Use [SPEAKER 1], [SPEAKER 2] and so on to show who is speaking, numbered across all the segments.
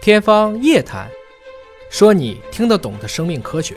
[SPEAKER 1] 天方夜谭，说你听得懂的生命科学。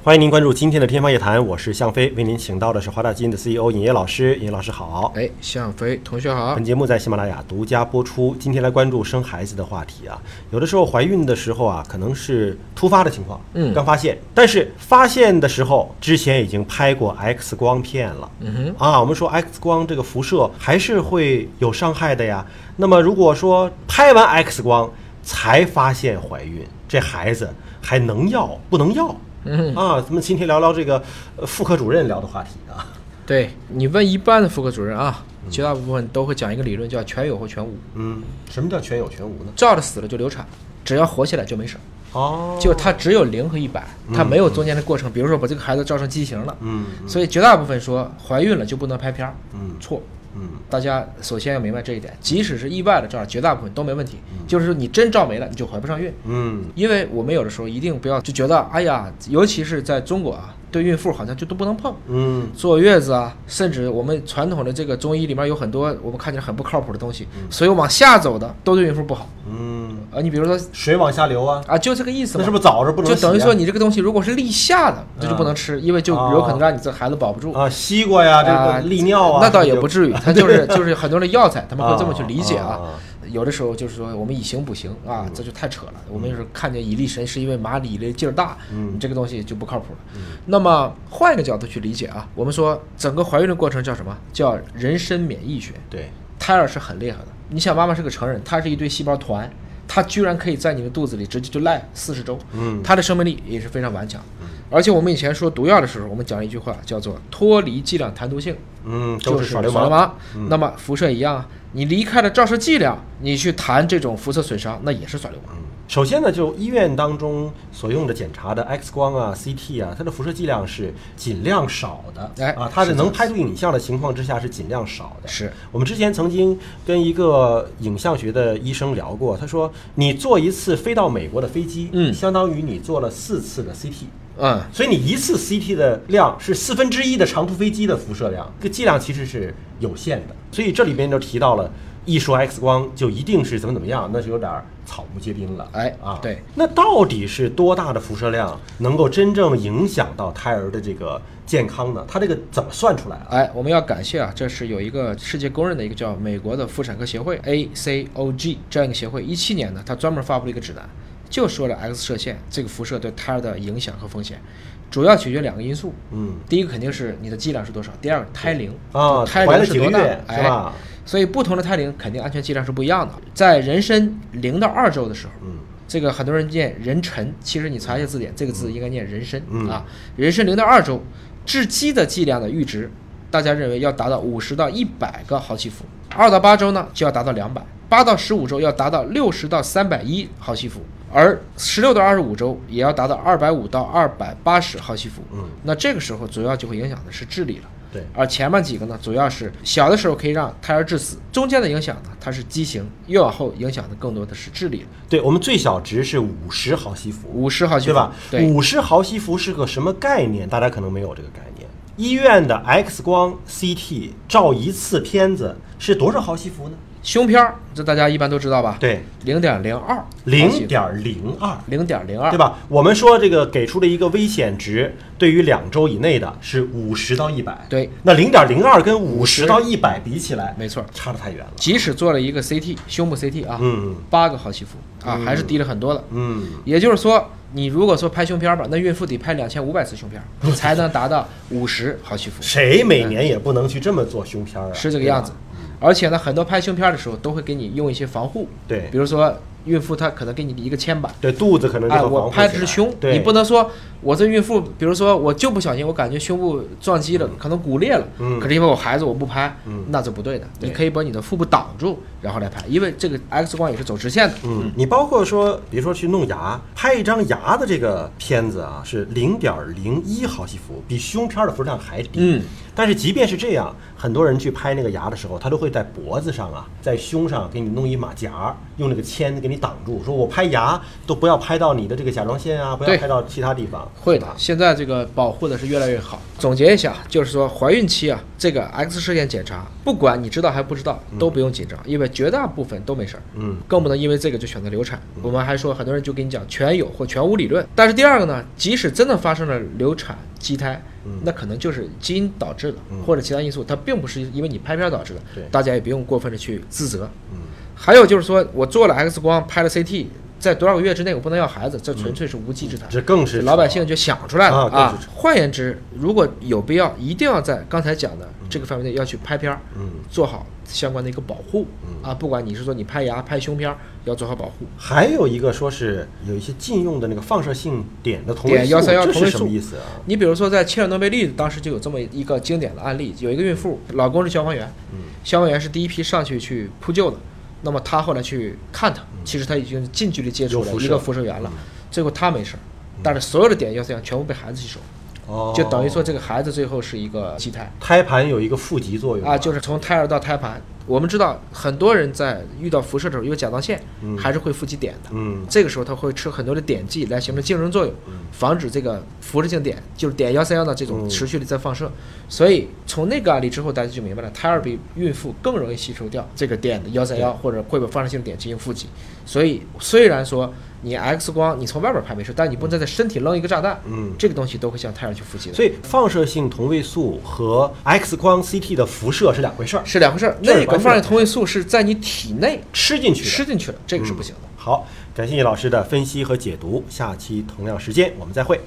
[SPEAKER 2] 欢迎您关注今天的《天方夜谭》，我是向飞，为您请到的是华大基因的 CEO 尹烨老师。尹烨老师好。
[SPEAKER 1] 哎，向飞同学好
[SPEAKER 2] 本。节目在喜马拉雅独家播出。今天来关注生孩子的话题啊，有的时候怀孕的时候啊，可能是突发的情况，
[SPEAKER 1] 嗯
[SPEAKER 2] 刚发现，但是发现的时候之前已经拍过 X 光片了，嗯哼，啊，我们说 X 光这个辐射还是会有伤害的呀。那么如果说拍完 X 光才发现怀孕，这孩子还能要不能要？嗯啊，咱们今天聊聊这个呃妇科主任聊的话题啊，
[SPEAKER 1] 对你问一半的妇科主任啊，绝大部分都会讲一个理论，叫全有或全无。
[SPEAKER 2] 嗯，什么叫全有全无呢？
[SPEAKER 1] 照着死了就流产，只要活下来就没事儿。
[SPEAKER 2] 哦，
[SPEAKER 1] 就它只有零和一百，它没有中间的过程。比如说把这个孩子照成畸形了，
[SPEAKER 2] 嗯
[SPEAKER 1] 所以绝大部分说怀孕了就不能拍片儿，
[SPEAKER 2] 嗯
[SPEAKER 1] 错。
[SPEAKER 2] 嗯。
[SPEAKER 1] 大家首先要明白这一点，即使是意外的照，绝大部分都没问题。就是说你真照没了，你就怀不上孕。
[SPEAKER 2] 嗯
[SPEAKER 1] 因为我们有的时候一定不要就觉得，哎呀，尤其是在中国啊，对孕妇好像就都不能碰，
[SPEAKER 2] 嗯
[SPEAKER 1] 坐月子啊，甚至我们传统的这个中医里面有很多我们看起来很不靠谱的东西，所以往下走的都对孕妇不好。
[SPEAKER 2] 嗯，
[SPEAKER 1] 啊，你比如说
[SPEAKER 2] 水往下流啊，
[SPEAKER 1] 啊，就这个意思嘛
[SPEAKER 2] 那是不。是早着不能
[SPEAKER 1] 就
[SPEAKER 2] 洗啊、
[SPEAKER 1] 等于说你这个东西如果是立夏的，这就不能吃，因为就有
[SPEAKER 2] 哦
[SPEAKER 1] 可能让你这孩子保不住。
[SPEAKER 2] 啊，西瓜呀、这个利尿啊，
[SPEAKER 1] 那倒也
[SPEAKER 2] 这
[SPEAKER 1] 不
[SPEAKER 2] 个
[SPEAKER 1] 至于，它 就是就是很多的药材，他们会这么去理解
[SPEAKER 2] 啊啊
[SPEAKER 1] 啊
[SPEAKER 2] 啊。嗯
[SPEAKER 1] 有的时候就是说我们以形补形啊，这就太扯了。我们就是看见以力神，是因为马里的劲儿大，
[SPEAKER 2] 嗯
[SPEAKER 1] 你这个东西就不靠谱了。那么换一个角度去理解啊，我们说整个怀孕的过程叫什么？叫人身免疫学。
[SPEAKER 2] 对，
[SPEAKER 1] 胎儿是很厉害的。你想，妈妈是个成人，她是一堆细胞团，她居然可以在你的肚子里直接就赖四十周，
[SPEAKER 2] 嗯
[SPEAKER 1] 她的生命力也是非常顽强。而且我们以前说毒药的时候，我们讲了一句话，叫做脱离剂量谈毒性，
[SPEAKER 2] 嗯，
[SPEAKER 1] 就
[SPEAKER 2] 都
[SPEAKER 1] 是
[SPEAKER 2] 耍流
[SPEAKER 1] 氓。
[SPEAKER 2] 氓，嗯
[SPEAKER 1] 那么辐射一样啊，你离开了照射剂量，你去谈这种辐射损伤，那也是耍流氓。
[SPEAKER 2] 首先呢，就医院当中所用的检查的 X 光啊、CT 啊，它的辐射剂量是尽量少的，
[SPEAKER 1] 哎
[SPEAKER 2] 啊，它
[SPEAKER 1] 是
[SPEAKER 2] 是
[SPEAKER 1] 这
[SPEAKER 2] 能拍出影像的情况之下是尽量少的。
[SPEAKER 1] 是
[SPEAKER 2] 我们之前曾经跟一个影像学的医生聊过，他说你坐一次飞到美国的飞机，
[SPEAKER 1] 嗯
[SPEAKER 2] 相当于你坐了四次的 CT。
[SPEAKER 1] 嗯，
[SPEAKER 2] 所以你一次 CT 的量是四分之一的长途飞机的辐射量，这个剂量其实是有限的。所以这里边就提到了，一说 X 光就一定是怎么怎么样，那是有点儿草木皆兵了。
[SPEAKER 1] 哎
[SPEAKER 2] 啊，
[SPEAKER 1] 对，
[SPEAKER 2] 那到底是多大的辐射量能够真正影响到胎儿的这个健康呢？它这个怎么算出来啊？
[SPEAKER 1] 哎，我们要感谢啊，这是有一个世界公认的一个叫美国的妇产科协会 ACOG 这样一个协会，一七年呢，它专门发布了一个指南，就说了 X 射线这个辐射对胎儿的影响和风险，主要取决两个因素，
[SPEAKER 2] 嗯，
[SPEAKER 1] 第一个肯定是你的剂量是多少，第二个胎龄
[SPEAKER 2] 啊
[SPEAKER 1] 胎
[SPEAKER 2] 怀了
[SPEAKER 1] 龄是
[SPEAKER 2] 几个
[SPEAKER 1] 多大
[SPEAKER 2] 月，是
[SPEAKER 1] 哎
[SPEAKER 2] 吧，
[SPEAKER 1] 所以不同的胎龄肯定安全剂量是不一样的，在人参零到二周的时候，
[SPEAKER 2] 嗯
[SPEAKER 1] 这个很多人念人辰，其实你查一下字典，这个字应该念人参、
[SPEAKER 2] 嗯
[SPEAKER 1] 啊。人参零到二周，制鸡的剂量的阈值，大家认为要达到五十到一百个毫西弗；二到八周呢，就要达到两百；八到十五周要达到六十到三百一毫西弗，而十六到二十五周也要达到二百五到二百八十毫西弗。
[SPEAKER 2] 嗯
[SPEAKER 1] 那这个时候主要就会影响的是智力了。
[SPEAKER 2] 对，
[SPEAKER 1] 而前面几个呢，主要是小的时候可以让胎儿致死，中间的影响呢，它是畸形，越往后影响的更多的是智力了。
[SPEAKER 2] 对我们最小值是五十毫西弗，
[SPEAKER 1] 五十毫西
[SPEAKER 2] 对
[SPEAKER 1] 弗
[SPEAKER 2] 吧？
[SPEAKER 1] 对，
[SPEAKER 2] 五十毫西弗是个什么概念？大家可能没有这个概念。医院的 X 光、CT 照一次片子是多少毫西弗呢？
[SPEAKER 1] 胸片儿这大家一般都知道吧？，
[SPEAKER 2] 对，
[SPEAKER 1] 零点零二，
[SPEAKER 2] 零点零二，
[SPEAKER 1] 零点零二，
[SPEAKER 2] 对？吧？我们说这个给出了一个危险值，对于两周以内的是五十到一百。
[SPEAKER 1] 对，
[SPEAKER 2] 那零点零二跟五十到一百比起来，
[SPEAKER 1] 没错
[SPEAKER 2] 差得太远了。
[SPEAKER 1] 即使做了一个 CT 胸部 CT 啊，
[SPEAKER 2] 嗯
[SPEAKER 1] 八个毫西弗啊，还是低了很多的。
[SPEAKER 2] 嗯，
[SPEAKER 1] 也就是说，你如果说拍胸片儿吧，那孕妇得拍两千五百次胸片儿， 你才能达到五十毫西弗。
[SPEAKER 2] 谁每年也不能去这么做胸片儿啊？
[SPEAKER 1] 是这个
[SPEAKER 2] 对吧
[SPEAKER 1] 样子。。而且呢，很多拍胸片的时候都会给你用一些防护，
[SPEAKER 2] 对
[SPEAKER 1] 比如说孕妇她可能给你一个铅板，
[SPEAKER 2] 对，肚子可能就
[SPEAKER 1] 哎，
[SPEAKER 2] 会
[SPEAKER 1] 我
[SPEAKER 2] 防护
[SPEAKER 1] 拍的
[SPEAKER 2] 起
[SPEAKER 1] 是
[SPEAKER 2] 来
[SPEAKER 1] 胸，
[SPEAKER 2] 对，
[SPEAKER 1] 你不能说我这孕妇，比如说我就不小心，我感觉胸部撞击了，可能骨裂了，
[SPEAKER 2] 嗯
[SPEAKER 1] 可是因为我孩子我不拍，
[SPEAKER 2] 嗯
[SPEAKER 1] 那就不对的。
[SPEAKER 2] 对
[SPEAKER 1] 你可以把你的腹部挡住，然后来拍，因为这个 X 光也是走直线的。
[SPEAKER 2] 嗯，你包括说，比如说去弄牙，拍一张牙的这个片子啊，是零点零一毫西弗，比胸片的辐射量还低。
[SPEAKER 1] 嗯，
[SPEAKER 2] 但是即便是这样，很多人去拍那个牙的时候，他都会在脖子上啊，在胸上给你弄一马甲，用那个铅给给你挡住，说我拍牙都不要拍到你的这个甲状腺啊，不要
[SPEAKER 1] 对
[SPEAKER 2] 拍到其他地方。
[SPEAKER 1] 会的
[SPEAKER 2] 吧，
[SPEAKER 1] 现在这个保护的是越来越好。总结一下，就是说怀孕期啊，这个 X 射线检查，不管你知道还不知道，都不用紧张，因为绝大部分都没事儿。
[SPEAKER 2] 嗯，
[SPEAKER 1] 更不能因为这个就选择流产。我们还说，很多人就跟你讲全有或全无理论。但是第二个呢，即使真的发生了流产、畸胎，
[SPEAKER 2] 嗯
[SPEAKER 1] 那可能就是基因导致的，或者其他因素，它并不是因为你拍片导致的
[SPEAKER 2] 对。
[SPEAKER 1] 大家也不用过分的去自责。
[SPEAKER 2] 嗯
[SPEAKER 1] 还有就是说我做了 X 光，拍了 CT，在多少个月之内我不能要孩子，这纯粹是无稽之谈。
[SPEAKER 2] 嗯这更是
[SPEAKER 1] 老百姓就想出来了
[SPEAKER 2] 啊更是扯
[SPEAKER 1] 换言之，如果有必要，一定要在刚才讲的这个范围内要去拍片儿，
[SPEAKER 2] 嗯，
[SPEAKER 1] 做好相关的一个保护、啊。不管你是说你拍牙、拍胸片儿，要做好保护。
[SPEAKER 2] 还有一个说是有一些禁用的那个放射性碘的同位
[SPEAKER 1] 点
[SPEAKER 2] 素，
[SPEAKER 1] 幺三幺
[SPEAKER 2] 这
[SPEAKER 1] 同
[SPEAKER 2] 是
[SPEAKER 1] 位
[SPEAKER 2] 什么
[SPEAKER 1] 素
[SPEAKER 2] 意思啊？
[SPEAKER 1] 你比如说在切尔诺贝利，当时就有这么一个经典的案例，有一个孕妇，老公是消防员，
[SPEAKER 2] 嗯
[SPEAKER 1] 消防员是第一批上去去扑救的，那么她后来去看她，其实她已经近距离接触
[SPEAKER 2] 有
[SPEAKER 1] 了
[SPEAKER 2] 嗯辐射嗯
[SPEAKER 1] 一个辐射源了，最后她没事儿，但是所有的碘幺三幺全部被孩子吸收，
[SPEAKER 2] 哦，
[SPEAKER 1] 就等于说这个孩子最后是一个畸胎。
[SPEAKER 2] 胎盘有一个负极作用
[SPEAKER 1] 啊，就是从胎儿到胎盘。我们知道很多人在遇到辐射的时候，因为甲状腺还是会富集碘的，
[SPEAKER 2] 嗯
[SPEAKER 1] 这个时候他会吃很多的碘剂来形成竞争作用，防止这个辐射性碘，就是碘幺三幺的这种
[SPEAKER 2] 嗯
[SPEAKER 1] 持续的在放射。所以从那个案例之后，大家就明白了，胎儿比孕妇更容易吸收掉这个碘的幺三幺或者会被放射性碘进行富集。所以虽然说你 X 光你从外边拍没事，但你不能在身体扔一个炸弹，
[SPEAKER 2] 嗯。
[SPEAKER 1] 这个东西都会向胎儿去富集的。
[SPEAKER 2] 所以放射性同位素和 X 光 CT 的辐射是两回事儿，
[SPEAKER 1] 是两回事儿，
[SPEAKER 2] 这是
[SPEAKER 1] 那个
[SPEAKER 2] 完全
[SPEAKER 1] 放射同位素是在你体内
[SPEAKER 2] 吃进去的。
[SPEAKER 1] 吃进
[SPEAKER 2] 嗯
[SPEAKER 1] 去了，这个是不行的。
[SPEAKER 2] 好，感谢老师的分析和解读，下期同样时间我们再会。